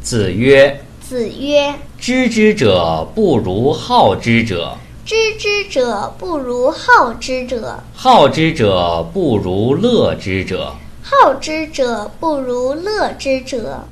子曰子曰：“知之者不如好之者，：“知之者不如好之者，好之者不如乐之者。好之者不如乐之者。”